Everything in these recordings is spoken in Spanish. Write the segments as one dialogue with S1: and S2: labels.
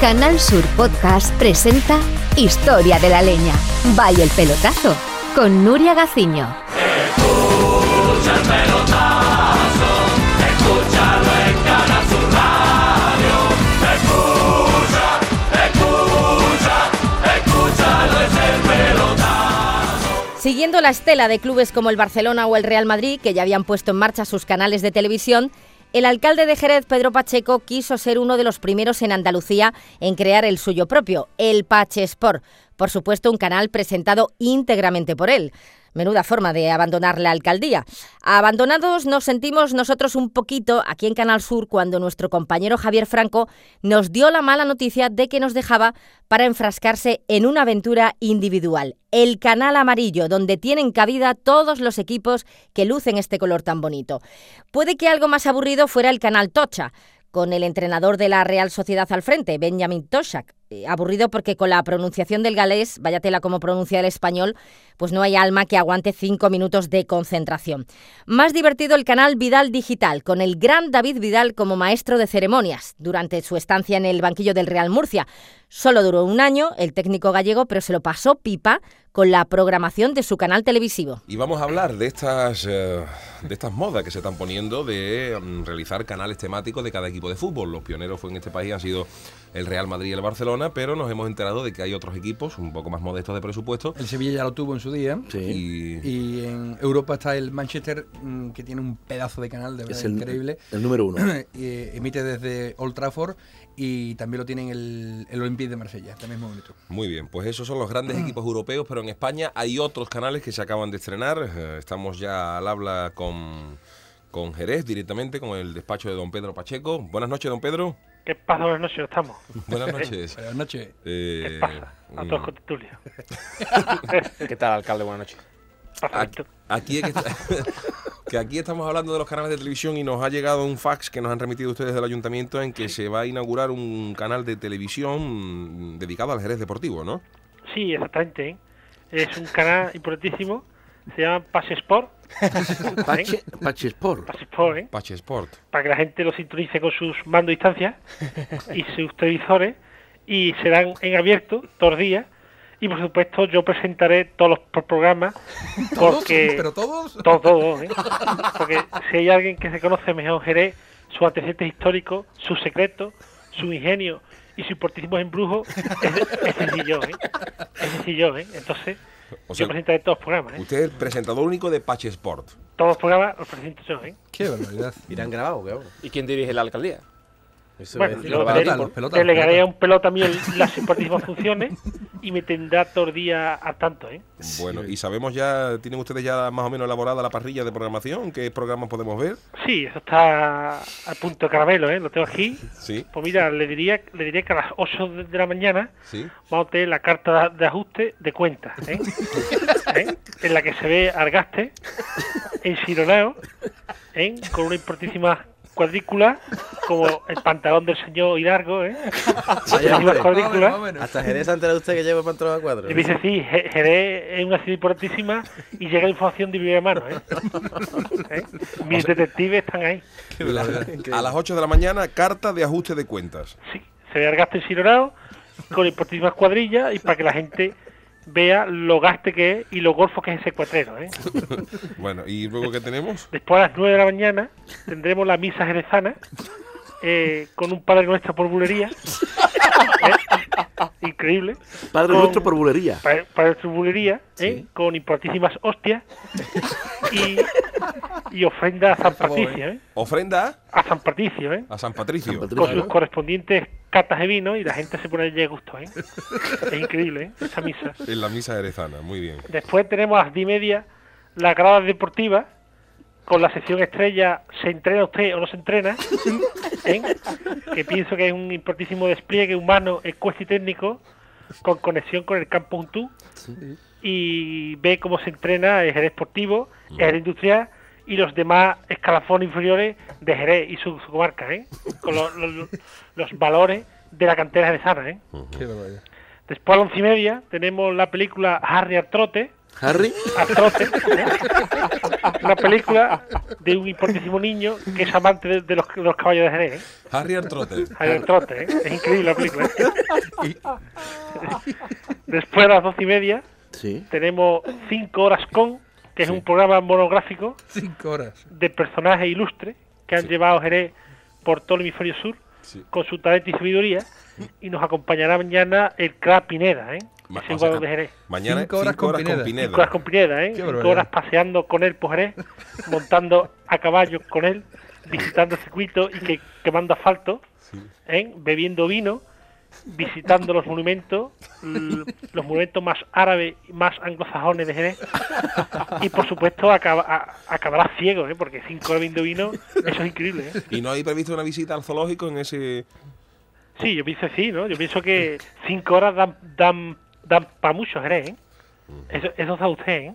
S1: Canal Sur Podcast presenta Historia de la Leña. Vaya el pelotazo con Nuria Gaciño.
S2: Escucha el pelotazo, escúchalo en Canal Sur Radio. Escucha, escucha, escúchalo es el pelotazo.
S3: Siguiendo la estela de clubes como el Barcelona o el Real Madrid, que ya habían puesto en marcha sus canales de televisión, el alcalde de Jerez, Pedro Pacheco, quiso ser uno de los primeros en Andalucía en crear el suyo propio, el Pache Sport. Por supuesto, un canal presentado íntegramente por él. Menuda forma de abandonar la alcaldía. Abandonados nos sentimos nosotros un poquito aquí en Canal Sur cuando nuestro compañero Javier Franco nos dio la mala noticia de que nos dejaba para enfrascarse en una aventura individual. El canal amarillo, donde tienen cabida todos los equipos que lucen este color tan bonito. Puede que algo más aburrido fuera el canal Tocha, con el entrenador de la Real Sociedad al frente, Benjamin Toshak. Eh, Aburrido porque con la pronunciación del galés, váyatela como pronuncia el español, pues no hay alma que aguante cinco minutos de concentración. Más divertido el canal Vidal Digital, con el gran David Vidal como maestro de ceremonias durante su estancia en el banquillo del Real Murcia. Solo duró un año el técnico gallego, pero se lo pasó pipa con la programación de su canal televisivo.
S4: Y vamos a hablar de estas, eh, de estas modas que se están poniendo de mm, realizar canales temáticos de cada equipo de fútbol. Los pioneros fue en este país han sido el Real Madrid y el Barcelona, pero nos hemos enterado de que hay otros equipos un poco más modestos de presupuesto.
S5: El Sevilla ya lo tuvo en su día.
S4: Y-
S5: Y en Europa está el Manchester, mm, que tiene un pedazo de canal, de verdad,
S6: el-
S5: increíble.
S6: el número uno.
S5: Y, eh, emite desde Old Trafford y también lo tiene en el, el Olympique de Marsella, este también es muy bonito.
S4: Muy bien, pues esos son los grandes equipos europeos, pero en España hay otros canales que se acaban de estrenar. Eh, Estamos ya al habla con, con Jerez directamente, con el despacho de don Pedro Pacheco. Buenas noches, don Pedro.
S7: ¿Qué pasa? Buenas noches, estamos.
S4: Buenas noches.
S5: Buenas noches.
S4: Eh,
S7: ¿Qué pasa? A todos
S4: mm,
S7: con Tulio.
S8: ¿Qué tal, alcalde? Buenas noches.
S4: Aquí- Aquí es que, está- que aquí estamos hablando de los canales de televisión y nos ha llegado un fax que nos han remitido ustedes del ayuntamiento en que se va a inaugurar un canal de televisión mm, dedicado al Jerez Deportivo, ¿no?
S7: Sí, exactamente. ¿eh? Es un canal importantísimo. Se llama Pase Sport. ¿Eh?
S6: Pache, Pache Sport.
S7: Pase Sport, ¿eh?
S4: Pache Sport.
S7: Para que la gente lo sintonice con sus mando distancias y sus televisores. Y serán en abierto todos los días. Y por supuesto, yo presentaré todos los pro- programas.
S5: ¿Todos?
S7: Porque.
S5: ¿Pero todos?
S7: Todos, todos, ¿eh? Porque si hay alguien que se conoce mejor en Jerez, sus antecedentes históricos, sus secretos, su ingenio y sus portísimos embrujos, es, es sencillo, ¿eh? Es sencillo, ¿eh? Entonces,
S4: O sea,
S7: yo presentaré todos los programas, ¿eh?
S4: Usted es el presentador único de Pache Sport.
S7: Todos los programas los presento yo, ¿eh?
S5: Qué barbaridad.
S6: Irán grabado, cabrón.
S8: ¿Y quién dirige la alcaldía? Eso
S7: Bueno,
S8: es-
S7: yo
S8: lo va a
S7: veré.
S8: decir por-
S5: pelota,
S7: Delegaré
S5: pelota.
S7: a un pelota mío las importantísimas funciones y me tendrá todos los días al tanto, ¿eh?
S4: Bueno, y sabemos ya, ¿tienen ustedes ya más o menos elaborada la parrilla de programación? ¿Qué programas podemos ver?
S7: Sí, eso está al punto de caramelo, ¿eh? Lo tengo aquí.
S4: Sí,
S7: Pues mira, le diría, le diría que a las 8 de de la mañana
S4: sí.
S7: vamos a tener la carta de ajuste de cuentas, ¿eh? ¿Eh? en la que se ve al gaste en Sironao, ¿eh? con una importantísima cuadrícula, como el pantalón del señor Hilargo, ¿eh?
S6: Vaya,
S7: Una
S6: hombre.
S5: Más o
S7: cuadrícula.
S5: menos.
S6: Hasta Jerez Santa usted que lleva pantalón a cuadro.
S7: Y dice, sí, Je- Jerez es una ciudad importantísima y llega la información de primera mano, ¿eh? ¿Eh? Mis detectives están ahí.
S4: La- a las 8 de la mañana, carta de ajuste de cuentas.
S7: Sí, se ve al gasto en Sironao, con importantísimas cuadrillas y para que la gente vea lo gaste que es y lo golfo que es ese cuatrero, ¿eh?
S4: Bueno, ¿y luego qué tenemos?
S7: Después a las 9 de la mañana tendremos la misa jerezana eh, con un Padre Nuestro por bulería. ¿eh? Increíble.
S6: Padre
S7: Con-
S6: nuestro por bulería.
S7: Padre, Padre Nuestro por bulería, ¿eh? con importantísimas hostias y, y ofrenda a San Patricio. ¿eh?
S4: Ofrenda
S7: A San Patricio, ¿eh?
S4: a San Patricio.
S7: con sus correspondientes catas de vino y la gente se pone de gusto. ¿eh? Es increíble ¿eh? esa misa.
S4: En la misa jerezana, muy bien.
S7: Después tenemos a las 10 y media la grada deportiva con la sección estrella ¿Se entrena usted o no se entrena? ¿eh? Que pienso que es un importantísimo despliegue humano, escuesto y técnico con conexión con el campo Untú y ve cómo se entrena el Jerez Deportivo, el Jerez Industrial y los demás escalafones inferiores de Jerez y sus comarcas, ¿eh? con los, los- los valores de la cantera jerezana. ¿eh?
S5: Qué barbaridad.
S7: Después a las once y media tenemos la película Harry al trote
S6: Harry.
S7: Atroces, ¿eh? Una película de un importantísimo niño que es amante de, de los, de los caballos de Jerez. ¿eh?
S4: Harry Artrote.
S7: Hay un trote, ¿eh? Es increíble la película. ¿eh? Después a las doce y media
S6: Sí.
S7: tenemos Cinco Horas Con, que es un programa monográfico
S5: Cinco horas.
S7: de personajes ilustres que han llevado Jerez por todo el hemisferio sur
S4: Sí.
S7: con su talento y sabiduría. Y nos acompañará mañana el Cra Pineda, ¿eh?
S4: Ma-
S7: Ese
S4: o sea,
S7: jugador de Jerez.
S4: Mañana
S5: Cinco horas con Pineda.
S7: Cinco horas con Pineda, ¿eh?
S5: Qué
S7: Cinco
S5: barbaridad.
S7: horas paseando con él por Jerez, montando a caballo con él, visitando circuitos y que, quemando asfalto, ¿eh? bebiendo vino, visitando los monumentos, l- los monumentos más árabes y más anglosajones de Jerez. Y por supuesto acaba- a- acabará ciego, ¿eh? porque cinco horas bebiendo vino, eso es increíble. ¿eh?
S4: ¿Y no hay previsto una visita al zoológico en ese...?
S7: Sí, yo pienso sí, ¿no? Yo pienso que cinco horas dan, dan, dan para mucho Jerez, ¿eh?
S5: Mm.
S7: Eso, eso sabe usted, ¿eh?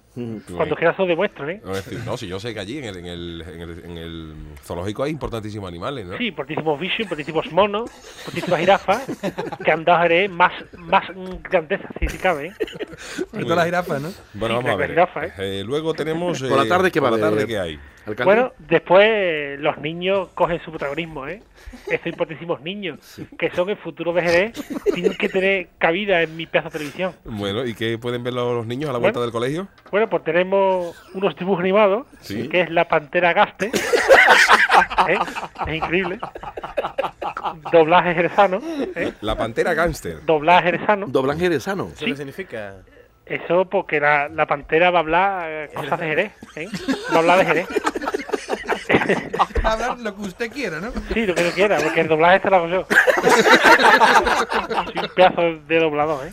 S7: Cuando quiera eso de vuestro, ¿eh?
S4: No, es decir, no, si yo sé que allí en el, en el, en el- en el zoológico hay importantísimos animales, ¿no?
S7: Sí, importantísimos bichos, importantísimos monos, importantísimas jirafas, que han dado a Jerez más, más mm, grandeza, si, si cabe. ¿eh?
S5: Sobre todo las jirafas, ¿no?
S4: Bueno,
S7: Sí,
S4: vamos a
S7: la
S4: ver.
S7: jirafa, ¿eh?
S4: Eh, luego tenemos...
S6: Por la
S4: eh,
S6: tarde, ¿qué
S4: por
S6: vale?
S4: la tarde, ¿qué hay?
S6: Alcalde.
S7: Bueno, después eh, los niños cogen su protagonismo, ¿eh? Estos importantísimos niños, que son el futuro de Jerez, tienen que tener cabida en mi pedazo de televisión.
S4: Bueno, ¿y qué pueden ver los niños a la vuelta
S7: Bueno.
S4: del colegio?
S7: Bueno, pues tenemos unos dibujos animados,
S4: Sí.
S7: que es la Pantera Gaste, ¿eh? es increíble, doblaje jerezano, ¿eh?
S4: La pantera gángster.
S7: doblaje jerezano,
S6: Doblan jerezano. Sí.
S7: Sí. qué
S8: significa?
S7: Eso porque la, la pantera va a hablar eh, cosas de Jerez, ¿eh? Va a hablar de Jerez.
S5: Hablar lo que usted quiera, ¿no?
S7: Sí, lo que yo quiera, porque el doblaje este lo hago yo. Soy un pedazo de doblador, ¿eh?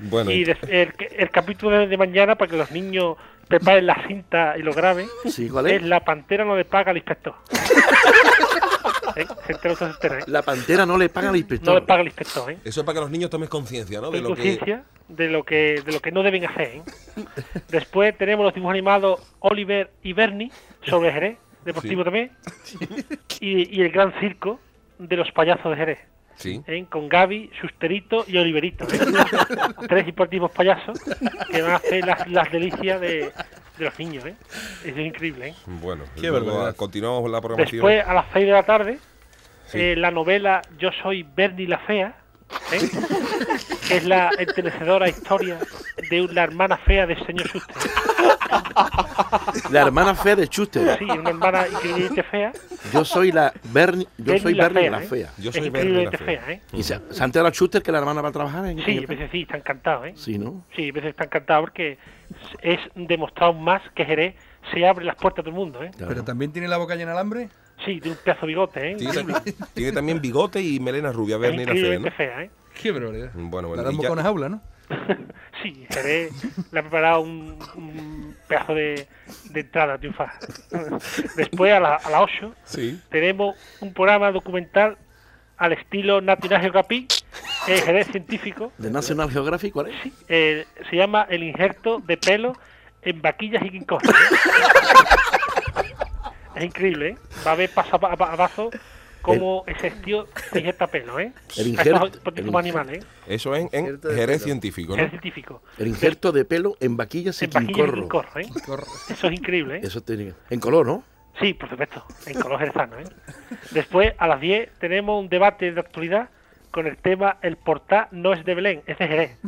S4: Bueno,
S7: Y des- el, el capítulo de mañana, para que los niños preparen la cinta y lo graben,
S6: ¿cuál
S7: es
S6: es?
S7: La pantera no le paga al inspector. ¿Eh? Se entera usted, se entera, ¿eh?
S6: La pantera no le paga al
S7: No le
S6: inspector.
S7: paga al inspector, ¿eh?
S4: eso es para que los niños tomen conciencia, ¿no? De
S7: Ten
S4: lo que...
S7: conciencia de lo que de lo que no deben hacer. ¿eh? Después tenemos los dibujos animados Oliver y Bernie sobre Jerez, deportivo
S4: Sí.
S7: también, y, y el gran circo de los payasos de Jerez,
S4: Sí.
S7: ¿eh? con Gaby, Susterito y Oliverito, ¿eh? tres deportivos payasos que van a hacer las, las delicias de, de los niños. ¿eh? Eso es increíble. ¿eh?
S4: Bueno,
S5: Qué
S4: luego
S5: barbaridad.
S4: continuamos la programación.
S7: Después a las 6 de la tarde
S4: Sí.
S7: eh, la novela Yo soy Bernie la fea, ¿eh? que es la entenecedora historia de un- la hermana fea del señor Schuster.
S6: La hermana fea de Schuster.
S7: Sí, una hermana increíblemente fea.
S6: Yo soy la Bernie. Yo soy Bernie la
S7: ¿eh?
S6: fea.
S4: Yo
S7: Es
S4: soy Bernie la
S7: increíblemente
S4: fea.
S7: fea, ¿eh?
S6: Y se, se ha enterado Schuster que la hermana va a trabajar en.
S7: Sí,
S6: en-
S7: a veces sí, está encantado, ¿eh?
S6: Sí, ¿no?
S7: Sí, a veces está encantado porque es demostrado más que Jerez se abre las puertas del mundo, ¿eh?
S6: Claro.
S5: Pero también tiene la boca llena de alambre.
S7: Sí, de un pedazo de bigote, ¿eh?
S4: Tiene, tam- tiene también bigote y melena rubia,
S7: Es
S4: Bernie la fea,
S7: increíblemente
S4: ¿no?
S7: fea, ¿eh?
S5: Qué barbaridad.
S4: Bueno,
S5: La
S4: bueno. y
S5: damos
S4: ya-
S5: con una jaula, ¿no?
S7: Sí, Jerez le ha preparado un, un pedazo de, de entrada a triunfar. Después, a las a las 8,
S4: Sí.
S7: tenemos un programa documental al estilo National Geographic, eh, Jerez científico.
S6: De National Geographic, ¿cuál es?
S7: Sí, eh, se llama El injerto de pelo en vaquillas y quincones. es increíble, ¿eh? Va a ver paso a pa- a paso cómo ese tío se injerta pelo, ¿eh?
S6: El
S7: A
S6: injerto- el
S7: estos Tipo
S6: injerto.
S7: animales, ¿eh?
S4: Eso es en,
S6: Cierto de
S4: Jerez
S6: pelo.
S4: científico, ¿no?
S7: Jerez científico.
S6: El injerto de pelo en vaquillas y
S7: En vaquillas y
S6: quincorro.
S7: quincorro, ¿eh? Eso es increíble, ¿eh?
S6: Eso tiene. En color, ¿no?
S7: Sí, por supuesto, en color jerezano. ¿eh? Después, a las 10, tenemos un debate de actualidad con el tema El portá no es de Belén, es de Jerez.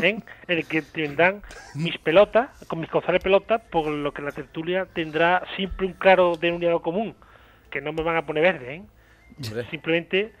S7: ¿eh? En el que tendrán mis pelotas, con mis cozales pelotas, por lo que la tertulia tendrá siempre un claro denominador común, que no me van a poner verde. ¿eh? Simplemente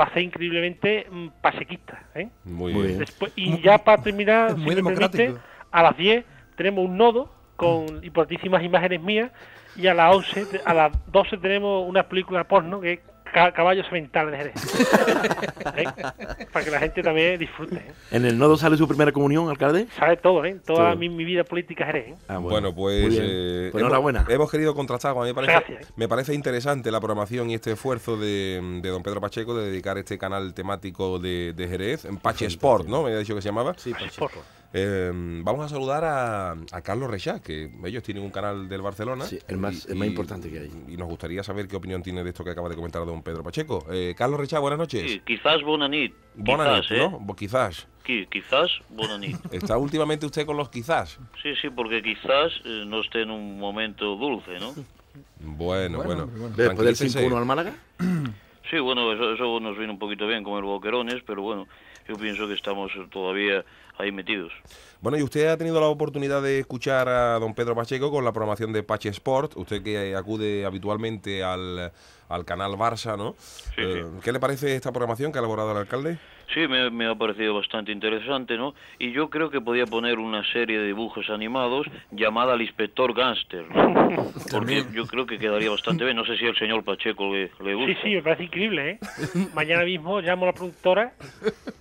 S7: va a ser increíblemente mm, pasequista. ¿eh?
S4: Muy,
S6: Muy
S4: bien.
S6: bien.
S7: Después, y ya para terminar, si
S5: Muy
S7: me
S5: democrático.
S7: permite, a las 10 tenemos un nodo con importantísimas imágenes mías y a las 11, te- a las 12 tenemos una película porno que es Ca- Caballos Sementales de Jerez. ¿Eh? Para que la gente también disfrute. ¿eh?
S6: En el nodo sale su primera comunión, alcalde.
S7: Sabe todo, ¿eh? Toda
S6: Todo.
S7: Mi, mi vida política es Jerez. ¿eh?
S6: Ah,
S4: Bueno, pues,
S6: Muy bien.
S4: eh,
S6: Pues
S4: hemos-
S6: enhorabuena.
S4: Hemos, querido contrastar, a mí me parece,
S7: Gracias.
S4: me parece interesante la programación y este esfuerzo de, de don Pedro Pacheco de dedicar este canal temático de, de Jerez, en Pache Sport, ¿no? Me había dicho que se llamaba.
S6: pues.
S7: Por-
S4: Eh, vamos a saludar a, a Carlos Rechá, que ellos tienen un canal del Barcelona.
S6: Sí, el más- el más importante que hay.
S4: Y nos gustaría saber qué opinión tiene de esto que acaba de comentar don Pedro Pacheco. Eh, Carlos Rechá, buenas noches.
S9: Sí, quizás Bonanit.
S4: Buenas
S9: quizás,
S4: noches,
S9: ¿eh?
S4: ¿no? Bo- Quizás.
S10: qui- quizás, bueno, ni.
S4: ¿Está últimamente usted con los quizás?
S10: Sí, sí, porque quizás eh, no esté en un momento dulce, ¿no?
S4: Bueno, bueno.
S6: Después del
S4: Tranquilícese.
S6: 5-1 al Málaga.
S10: Sí, bueno, eso, eso nos viene un poquito bien comer boquerones, pero bueno, yo pienso que estamos todavía ahí metidos.
S4: Bueno, y usted ha tenido la oportunidad de escuchar a don Pedro Pacheco con la programación de Pache Sport, usted que acude habitualmente al, al canal Barça, ¿no? Eh, ¿Qué le parece esta programación que ha elaborado el alcalde?
S10: Sí, me, me ha parecido bastante interesante, ¿no? Y yo creo que podía poner una serie de dibujos animados llamada El Inspector Gánster, ¿no? Porque yo creo que quedaría bastante bien. No sé si al señor Pacheco le, le
S7: Sí,
S10: gusta.
S7: sí, me parece increíble, ¿eh? Mañana mismo llamo a la productora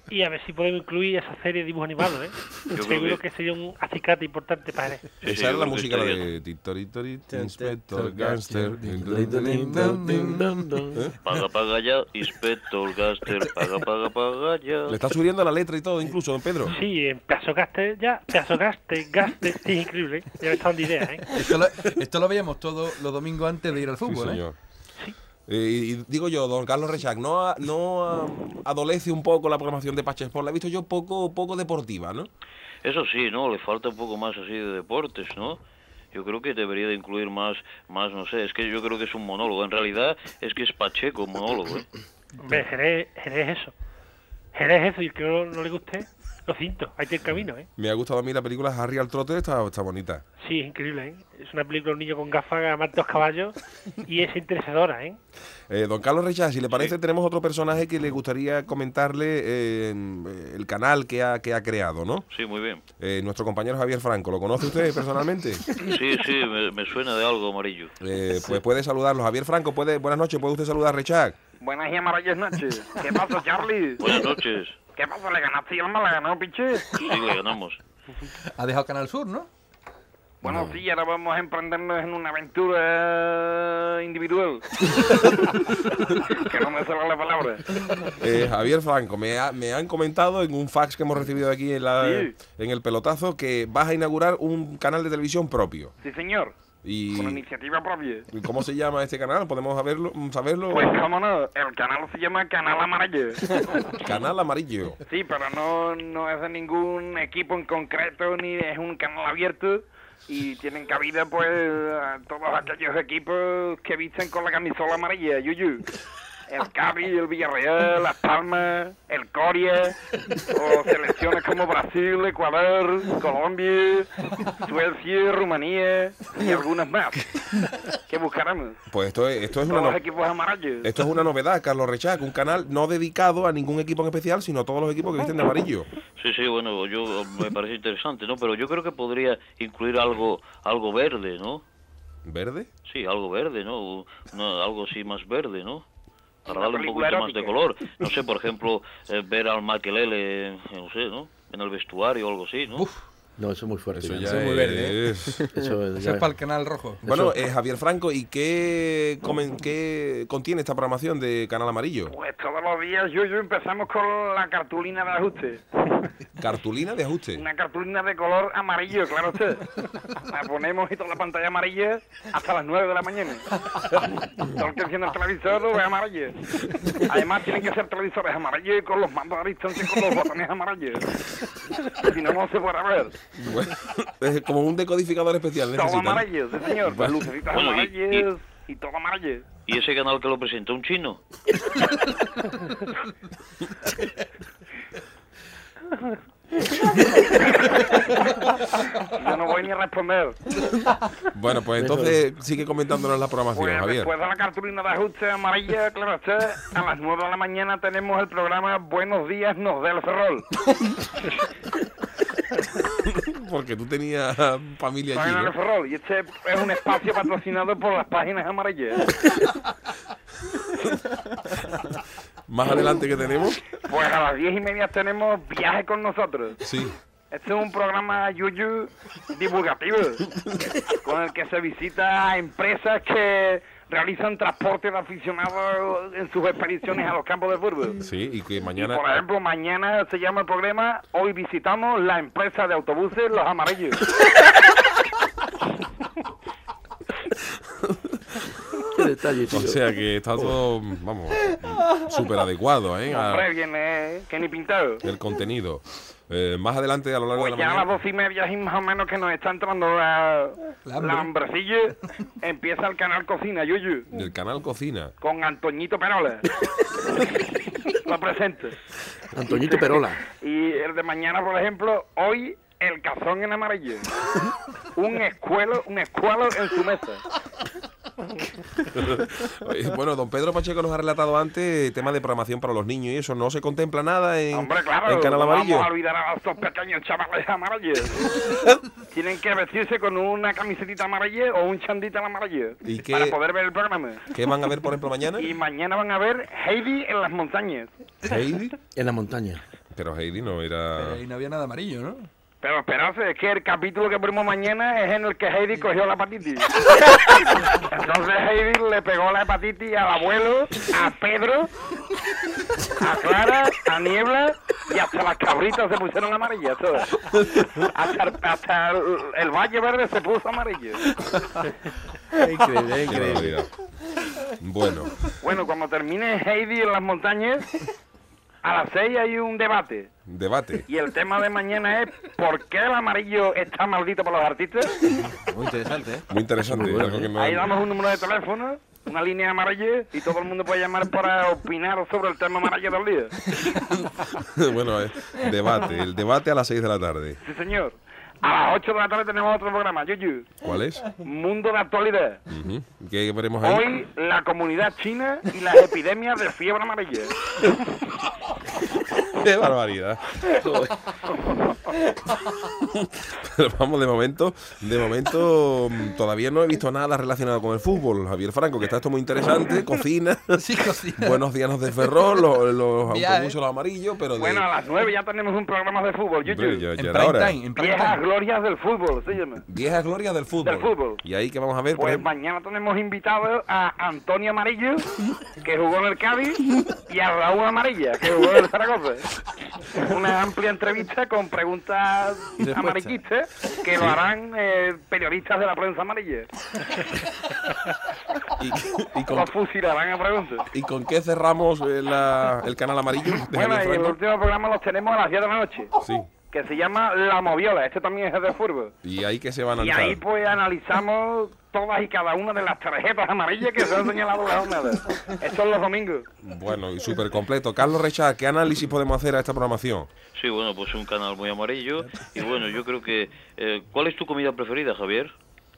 S7: y a ver si podemos incluir esa serie de dibujos animados, ¿eh?
S10: creo
S7: Seguro
S10: que-
S7: que sería un acicate importante para él.
S10: Sí, sí,
S4: Esa era la
S10: yo creo que
S4: música la
S10: estaría
S4: de Titoritorit,
S11: Inspector
S4: Inspector Gangster.
S6: Dun,
S4: Le
S6: dun, dun.
S4: ¿Eh?
S10: Paga, paga ya, Inspector Gaster, paga, paga, paga ya.
S4: está subiendo la letra y todo, incluso, don Pedro.
S7: Sí, en Piazzo Gaste, ya, Piazzo Gaste, Gaste, sí, es increíble, ¿eh? ya me está dando ideas, ¿eh?
S5: Esto lo, esto lo veíamos todos los domingos antes de ir al
S4: Sí,
S5: fútbol, ¿eh?
S4: señor. Eh, y y digo yo, don Carlos Rechac, ¿no, a- no a- adolece un poco la programación de Pache Sport? La he visto yo poco, poco deportiva, ¿no?
S10: Eso sí, ¿no? Le falta un poco más así de deportes, ¿no? Yo creo que debería de incluir más, más, no sé, es que yo creo que es un monólogo. En realidad es que es Pacheco, un monólogo, ¿eh?
S7: Hombre, Jerez, Jerez es eso. Jerez es eso, y el que no, no le guste, lo cinto, ahí tiene el camino, ¿eh?
S4: Me ha gustado a mí la película Harry al trote, está, está bonita.
S7: Sí, es increíble, ¿eh? Es una película de un niño con gafas, además dos caballos, y es interesadora, ¿eh?
S4: Eh, don Carlos Rechaz, si le parece, tenemos otro personaje que le gustaría comentarle eh, en, eh, el canal que ha, que ha creado, ¿no?
S10: Sí, muy bien.
S4: Eh, nuestro compañero Javier Franco, ¿lo conoce usted personalmente?
S10: Sí, sí, me, me suena de algo amarillo.
S4: Eh, pues puede saludarlo. Javier Franco, puede, buenas noches, ¿puede usted saludar a Rechac?
S12: Buenas y amarillas noches. ¿Qué pasó, Charlie?
S10: Buenas noches.
S12: ¿Qué pasó? ¿Le ganaste al Málaga, no, pinche?
S10: Sí, le ganamos.
S5: Ha dejado Canal Sur, ¿no?
S12: Bueno, sí, ahora vamos a emprendernos en una aventura individual. que no me sale la palabra.
S4: Eh, Javier Franco, me, ha- me han comentado en un fax que hemos recibido aquí en, la-
S12: Sí.
S4: en el pelotazo que vas a inaugurar un canal de televisión propio.
S12: Sí, señor.
S4: Y,
S12: Con iniciativa propia.
S4: ¿y ¿Cómo se llama este canal? ¿Podemos saberlo? saberlo?
S12: Pues cómo no, el canal se llama Canal Amarillo.
S4: Canal Amarillo.
S12: Sí, pero no, no es de ningún equipo en concreto, ni es un canal abierto. Y tienen cabida, pues, a todos aquellos equipos que visten con la camisola amarilla, Yuyu. El Cavi, el Villarreal, Las Palmas, el Coria, o selecciones como Brasil, Ecuador, Colombia, Suecia, Rumanía y algunas más. ¿Qué buscaremos?
S4: Pues esto es, esto es una
S12: Todos los
S4: no-
S12: equipos amarillos.
S4: Esto es una novedad, Carlos Rechac, un canal no dedicado a ningún equipo en especial, sino a todos los equipos que visten de amarillo.
S10: Sí, sí, bueno, yo me parece interesante, ¿no? Pero yo creo que podría incluir algo, algo verde, ¿no?
S4: ¿Verde?
S10: Sí, algo verde, ¿no? No, algo así más verde, ¿no? Para
S12: Una
S10: darle un
S12: película
S10: poquito más de
S12: erótica.
S10: color. No sé, por ejemplo, eh, ver al Maquelele, eh, no sé, ¿no? En el vestuario o algo así, ¿no?
S6: No, eso es muy fuerte. ya.
S5: es muy verde,
S4: es- ¿eh?
S6: Eso es-
S5: Eso
S6: ya-
S5: es para el Canal Rojo.
S4: Bueno, eh, Javier Franco, ¿y qué, comen- qué contiene esta programación de Canal Amarillo?
S12: Pues todos los días, Yuyu, empezamos con la cartulina de ajuste.
S4: Cartulina de ajuste.
S12: Una cartulina de color amarillo, claro usted. La ponemos y toda la pantalla amarilla hasta las 9 de la mañana. Todo el que enciende el televisor lo ve amarillo. Además, tienen que ser televisores amarillos y con los mandos a distancia y con los botones amarillos. Si no, no se podrá ver.
S4: Bueno, es como un decodificador especial.
S12: Todo
S4: necesitan.
S12: amarillo, sí, señor. Con lucecitas
S10: Bueno, y-
S12: amarillas y todo amarillo.
S10: ¿Y ese canal que lo presentó un chino?
S12: Yo no voy ni a responder.
S4: Bueno, pues entonces sigue comentándonos la programación,
S12: Pues
S4: Javier.
S12: después de la cartulina de ajuste amarilla, claro está, a las 9 de la mañana tenemos el programa Buenos Días, nos da el ferrol.
S4: Porque tú tenías familia allí,
S12: Página del
S4: ¿no?
S12: Ferrol, y este es un espacio patrocinado por las páginas amarillas.
S4: Más adelante que tenemos.
S12: Pues a las diez y media tenemos viaje con nosotros.
S4: Sí.
S12: Este es un programa yuyu divulgativo, con el que se visita a empresas que realizan transporte de aficionados en sus expediciones a los campos de fútbol.
S4: Sí, y que
S12: Y
S4: mañana...
S12: por ejemplo, mañana se llama el programa Hoy visitamos la empresa de autobuses Los Amarillos.
S6: ¿Qué de- detalle, tío.
S4: O sea que está todo, vamos, súper adecuado, ¿eh? A-
S12: Hombre, viene eh, que ni pintado.
S4: el contenido. Eh, más adelante a lo largo de la
S12: Pues ya a las
S4: mañana.
S12: doce y media y más o menos que nos está entrando la,
S4: La
S12: la,
S4: hambre.
S12: hambrecilla, empieza el canal Cocina, Yuyu,
S4: Del canal Cocina.
S12: con Antoñito Perola. Lo presento.
S6: Antoñito Perola.
S12: Y el de mañana, por ejemplo, hoy el cazón en amarillo. Un escuelo, un escualo en su mesa.
S4: Eh, bueno, don Pedro Pacheco nos ha relatado antes tema de programación para los niños y eso. No se contempla nada en,
S12: Hombre, claro,
S4: en Canal
S12: no
S4: Amarillo.
S12: vamos a olvidar a estos pequeños chavales amarillos. Tienen que vestirse con una camisetita amarilla o un chandita amarillo
S4: ¿Y qué-
S12: para poder ver el programa.
S4: ¿Qué van a ver, por ejemplo, mañana?
S12: Y mañana van a ver Heidi en las montañas.
S4: Heidi.
S6: En la montaña.
S4: Pero Heidi no era.
S5: Eh, Y no había nada amarillo, ¿no?
S12: Pero esperarse, es que el capítulo que ponemos mañana es en el que Heidi cogió la hepatitis. Entonces Heidi le pegó la hepatitis al abuelo, a Pedro, a Clara, a Niebla y hasta las cabritas se pusieron amarillas todas. Hasta, el- hasta el, el Valle Verde se puso amarillo.
S4: Qué barbaridad. Bueno,
S12: Bueno, cuando termine Heidi en las montañas, a las seis hay un debate.
S4: debate.
S12: Y el tema de mañana es ¿por qué el amarillo está maldito para los artistas?
S13: Muy interesante, ¿eh?
S4: Muy interesante. algo que no-
S12: ¿eh? Ahí damos un número de teléfono, una línea amarilla y todo el mundo puede llamar para opinar sobre el tema amarillo del día.
S4: bueno, eh, debate. El debate a las 6 de la tarde.
S12: Sí, señor. A las 8 de la tarde tenemos otro programa, Yuyu.
S4: ¿Cuál es?
S12: Mundo de actualidad.
S4: Ujú. ¿Qué veremos ahí?
S12: Hoy la comunidad china y las epidemias de fiebre amarilla.
S4: ¡Qué barbaridad! Pero vamos, de momento, de momento mm, todavía no he visto nada relacionado con el fútbol. Javier Franco, que está esto muy interesante, cocina. Buenos días de Ferrol, los, los
S12: Viaje.
S4: autobuses, los amarillos, pero de-
S12: Bueno, a las 9 ya tenemos un programa de fútbol,
S4: Hombre,
S12: Yuyu.
S4: ya- ya En era prime hora. time, en prime
S12: Viejas
S4: time.
S12: glorias del fútbol, se llama.
S4: Viejas glorias del fútbol.
S12: Del fútbol.
S4: Y ahí que vamos a ver, por
S12: Pues
S4: ejemplo,
S12: mañana tenemos invitado a Antonio Amarillo, que jugó en el Cádiz, y a Raúl Amarilla, que jugó en el Zaragoza. Una amplia entrevista con preguntas
S13: Respuesta.
S12: amarillistas que lo
S13: Sí.
S12: harán eh, periodistas de la prensa amarilla.
S4: Y, y con,
S12: Los fusilarán a preguntas.
S4: ¿y con qué cerramos eh, la- el canal amarillo de
S12: Bueno,
S4: Javier
S12: y el
S4: Franco?
S12: último programa los tenemos a las 10 de la noche,
S4: Sí.
S12: que se llama La Moviola. Este también es de fútbol.
S4: Y ahí que se van a
S12: Y ahí
S4: lanzar.
S12: pues analizamos todas y cada una de las tarjetas amarillas que se han señalado en la jornada. Esto es los domingos.
S4: Bueno, y súper completo. Carlos Rechá, ¿qué análisis podemos hacer a esta programación?
S9: Sí, bueno, pues un canal muy amarillo. Y bueno, yo creo que... eh, ¿Cuál es tu comida preferida, Javier?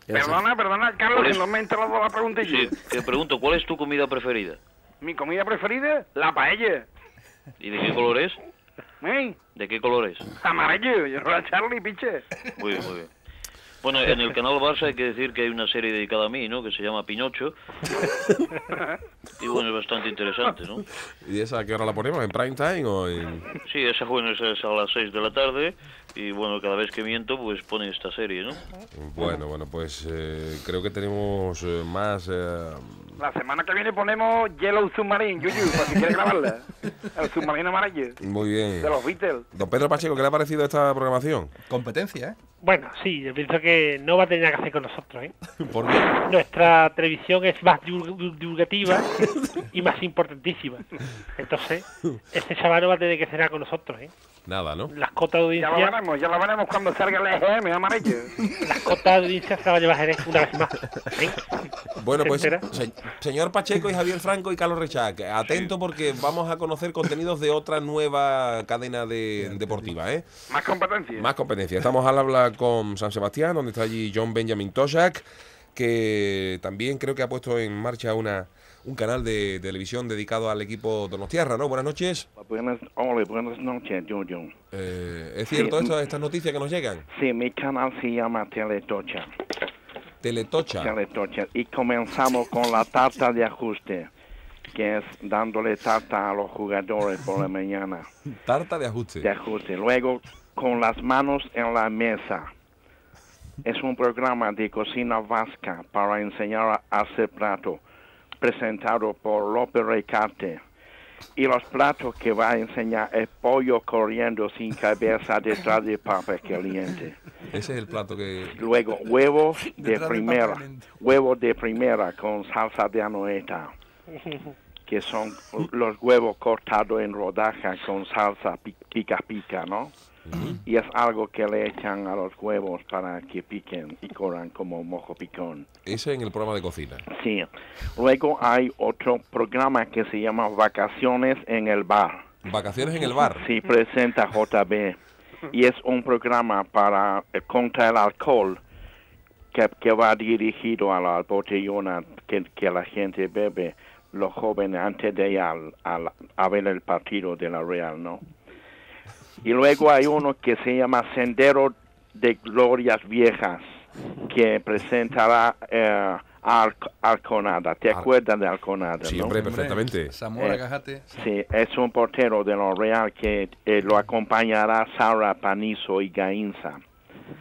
S12: Perdona, perdona, Carlos,
S9: Por
S12: que
S9: eso-
S12: no me he enterado la preguntilla.
S9: Sí, te pregunto, ¿cuál es tu comida preferida?
S12: Mi comida preferida, la paella.
S9: ¿Y de qué color es?
S12: ¿Eh?
S9: ¿De qué color es?
S12: Amarillo, yo la Charlie, pinche.
S9: Muy bien, muy bien. Bueno, en el canal Barça hay que decir que hay una serie dedicada a mí, ¿no? Que se llama Pinocho. Y bueno, es bastante interesante, ¿no?
S4: ¿Y esa a qué hora la ponemos? ¿En prime time o en...?
S9: Sí, esa bueno esa es a las 6 de la tarde. Y bueno, cada vez que miento, pues ponen esta serie, ¿no?
S4: Bueno, bueno, pues eh, creo que tenemos eh, más... eh,
S12: La semana que viene ponemos Yellow Submarine, Yuyu, para si quieres grabarla. El submarino amarillo.
S4: muy bien.
S12: De los Beatles.
S4: Don Pedro Pacheco, ¿qué le ha parecido esta programación?
S5: Competencia, ¿eh?
S7: Bueno, sí, yo pienso que no va a tener nada que hacer con nosotros, ¿eh?
S4: ¿Por qué?
S7: Nuestra televisión es más divulg- divulg- divulgativa y más importantísima. Entonces, este chaval no va a tener que cenar con nosotros, ¿eh?
S4: Nada, ¿no?
S7: Las cotas de
S12: Ya lo
S7: audiencia,
S12: veremos, ya lo veremos cuando salga el EGM amarillo.
S7: las cotas de audiencia se la va a llevar Jerez una vez más. ¿eh?
S4: Bueno,
S7: ¿Se
S4: pues
S7: entera?
S4: se- señor Pacheco y Javier Franco y Carlos Rechac, atento porque vamos a conocer contenidos de otra nueva cadena de, deportiva, ¿eh?
S12: Más competencia.
S4: Más competencia. Estamos al habla con San Sebastián, donde está allí John Benjamin Toshak, que también creo que ha puesto en marcha una, un canal de televisión dedicado al equipo Donostiarra, ¿no? Buenas noches.
S10: Buenas, hola, buenas noches, Yuyu.
S4: Eh, ¿Es cierto
S10: Sí.
S4: esto- estas noticias que nos llegan?
S10: Sí, mi canal se llama Teletocha.
S4: Teletocha.
S10: Teletocha. Y comenzamos con la tarta de ajuste, que es dándole tarta a los jugadores por la mañana.
S4: Tarta de ajuste.
S10: De ajuste. Luego, con las manos en la mesa. Es un programa de cocina vasca para enseñar a hacer plato, presentado por López Recarte. Y los platos que va a enseñar es pollo corriendo sin cabeza detrás de papas caliente.
S4: Ese es el plato que.
S10: Luego, huevos de
S4: Detrás de
S10: primera.
S4: papelente.
S10: Huevos de primera con salsa de anoeta, que son los huevos cortados en rodajas con salsa pi- pica pica, ¿no? Y es algo que le echan a los huevos para que piquen y corran como mojo picón.
S4: Ese en el programa de cocina.
S10: Sí. Luego hay otro programa que se llama Vacaciones en el Bar.
S4: Vacaciones en el bar.
S10: Sí, presenta JB. Y es un programa para eh, contra el alcohol que, que va dirigido a la botellona que, que la gente bebe, los jóvenes, antes de ir al, al- a ver el partido de la Real, ¿no? Y luego hay uno que se llama Sendero de Glorias Viejas, que presentará eh, Ar- Arconada. ¿Te acuerdas de Arconada?
S4: Sí,
S10: no?
S4: hombre, perfectamente.
S5: Zamora,
S10: Eh,
S5: Cajate.
S10: Sí, es un portero de lo real que eh, lo acompañará Sara Panizo y Gainza.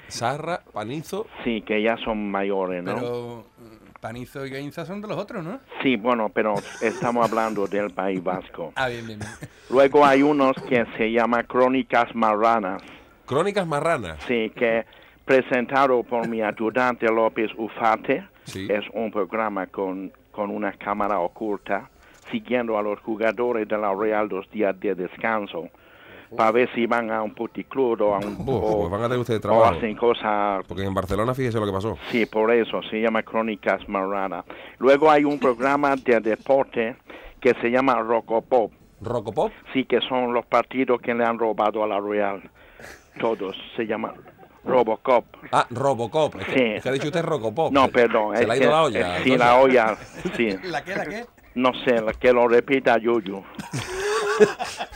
S4: Sarra, Panizo.
S10: Sí, que ya son mayores, ¿no?
S5: Pero mm, Panizo y Gainza son de los otros, ¿no?
S10: Sí, bueno, pero estamos hablando del País Vasco.
S5: Ah, bien, bien, bien.
S10: Luego hay unos que se llama Crónicas Marranas.
S4: Crónicas Marranas.
S10: Sí, que presentado por mi ayudante López Ufate.
S4: Sí.
S10: Es un programa con, con una cámara oculta, siguiendo a los jugadores de la Real los días de descanso, para ver si van a un puticlub o a un...
S4: Uf,
S10: o-
S4: pues van a tener ustedes
S10: o
S4: trabajo.
S10: hacen cosas...
S4: Porque en Barcelona, fíjese lo que pasó.
S10: Sí, por eso, se llama Crónicas Marrana. Luego hay un programa de deporte que se llama Rocopop.
S4: ¿Rocopop?
S10: Sí, que son los partidos que le han robado a la Real. Todos, se llama Robocop.
S4: Ah, Robocop. Es que,
S10: Sí.
S4: es que ha dicho usted Rocopop.
S10: No, perdón.
S4: Se
S10: es
S4: le ha
S10: que-
S4: ido la olla.
S10: es- sí,
S4: entonces.
S10: la olla, sí.
S5: ¿La qué, la qué?
S10: No sé, la que lo repita Yuyu.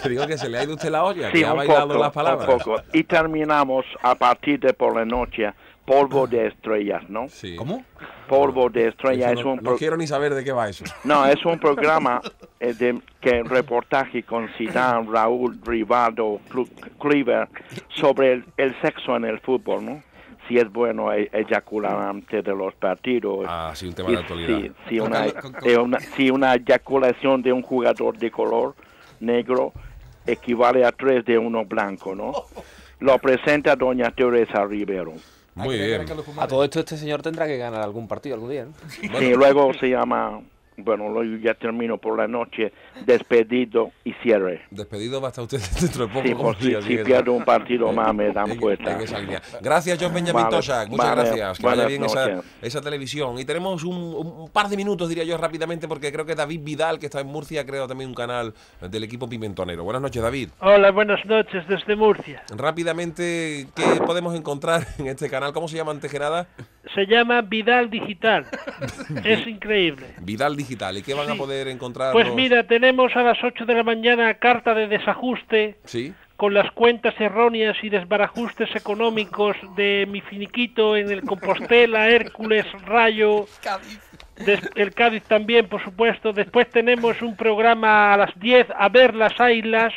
S4: Te digo que se le ha ido usted la olla,
S10: Sí,
S4: que ha
S10: un
S4: bailado
S10: poco,
S4: las
S10: un
S4: palabras.
S10: poco. Y terminamos a partir de por la noche, Polvo de Estrellas, ¿no?
S4: ¿Cómo?
S10: Polvo de Estrellas
S4: Eso
S10: es
S4: no,
S10: un...
S4: no
S10: pro-
S4: quiero ni saber de qué va eso.
S10: No, es un programa eh, de, que reportaje con Zidane, Raúl, Rivaldo, Clu- Cleaver sobre el, el sexo en el fútbol, ¿no? Si es bueno e- eyacular antes de los partidos.
S4: Ah, sí, un tema de
S10: Pues, Y
S4: actualidad.
S10: Si, si
S4: Con
S10: una,
S4: Carlos- con-
S10: eh, una- si una eyaculación de un jugador de color negro equivale a tres de uno blanco, ¿no? Lo presenta doña Teresa Rivero.
S4: Muy bien.
S8: A todo esto, este señor tendrá que ganar algún partido algún día, ¿no?
S10: Y luego se llama, bueno, luego ya termino por la noche, despedido y cierre.
S4: Despedido va a estar usted dentro de poco.
S10: Sí,
S4: como
S10: por si,
S4: diga,
S10: si
S4: sigue-
S10: pierdo un partido más me
S4: en-
S10: dan
S4: en
S10: puesta.
S4: esa línea. Gracias, John Benjamin
S10: Vale,
S4: Toshak. Muchas
S10: vale,
S4: gracias. Que vaya
S10: buenas
S4: bien esa,
S10: noches.
S4: esa televisión. Y tenemos un, un par de minutos, diría yo, rápidamente, porque creo que David Vidal, que está en Murcia, ha creado también un canal del equipo pimentonero. Buenas noches, David.
S7: Hola, buenas noches desde Murcia.
S4: Rápidamente, ¿qué podemos encontrar en este canal? ¿Cómo se llama antes que nada?
S7: Se llama Vidal Digital. es increíble.
S4: Vidal Digital. ¿Y qué van a poder encontrar?
S7: Pues
S4: los-
S7: mira, tenemos a las 8 de la mañana carta de desajuste
S4: Sí.
S7: con las cuentas erróneas y desbarajustes económicos de mi finiquito en el Compostela, Hércules, Rayo, des- el Cádiz también, por supuesto. Después tenemos un programa a las 10, a ver las islas,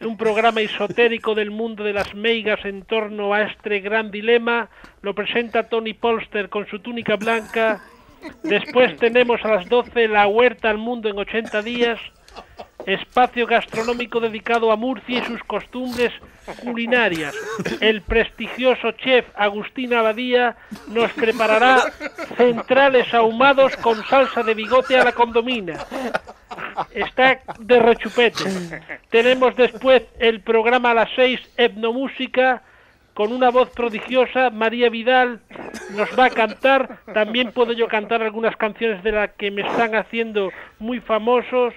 S7: un programa esotérico del mundo de las meigas en torno a este gran dilema. Lo presenta Tony Polster con su túnica blanca. Después tenemos a las 12 la huerta al mundo en 80 días espacio gastronómico dedicado a Murcia y sus costumbres culinarias. El prestigioso chef Agustín Abadía nos preparará centrales ahumados con salsa de bigote a la condomina. Está de rechupete. Tenemos después el programa a las 6, Etnomúsica, con una voz prodigiosa, María Vidal nos va a cantar. También puedo yo cantar algunas canciones de las que me están haciendo muy famosos.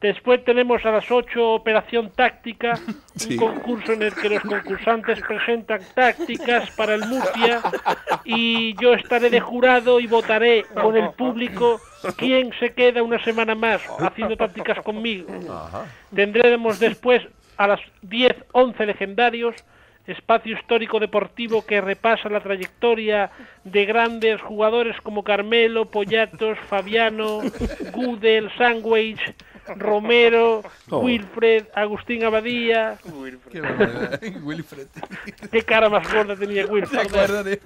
S7: Después tenemos a las 8 Operación Táctica,
S2: Sí.
S7: un concurso en el que los concursantes presentan tácticas para el Murcia y yo estaré de jurado y votaré con el público quién se queda una semana más haciendo tácticas conmigo. Tendremos después a las 10, 11 legendarios, espacio histórico deportivo que repasa la trayectoria de grandes jugadores como Carmelo, Pollatos, Fabiano, Gudel, Sandwich, Romero,
S5: Oh.
S7: Wilfred, Agustín Abadía.
S5: Qué barbaridad. Wilfred.
S7: ¿Qué cara más gorda tenía Wilfred?
S5: ¿Te acuerdas de-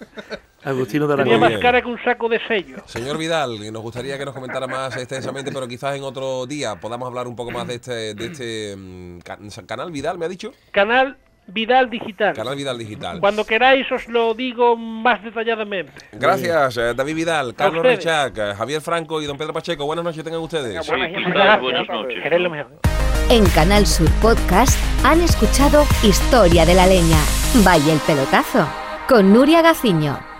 S6: Agustino de
S7: Tenía
S6: Aragón.
S7: más cara que un saco de sello.
S4: Señor Vidal, nos gustaría que nos comentara más extensamente, pero quizás en otro día podamos hablar un poco más de este, de este mm, can- canal Vidal, ¿me ha dicho?
S7: Canal Vidal Digital.
S4: Canal Vidal Digital.
S7: Cuando queráis os lo digo más detalladamente.
S4: Gracias, eh, David Vidal, Carlos
S7: ustedes.
S4: Rechac, eh, Javier Franco y don Pedro Pacheco. Buenas noches tengan ustedes.
S7: buenas noches. Queréis lo mejor.
S1: En Canal Sur Podcast han escuchado Historia de la Leña, Vaya el Pelotazo, con Nuria Gaciño.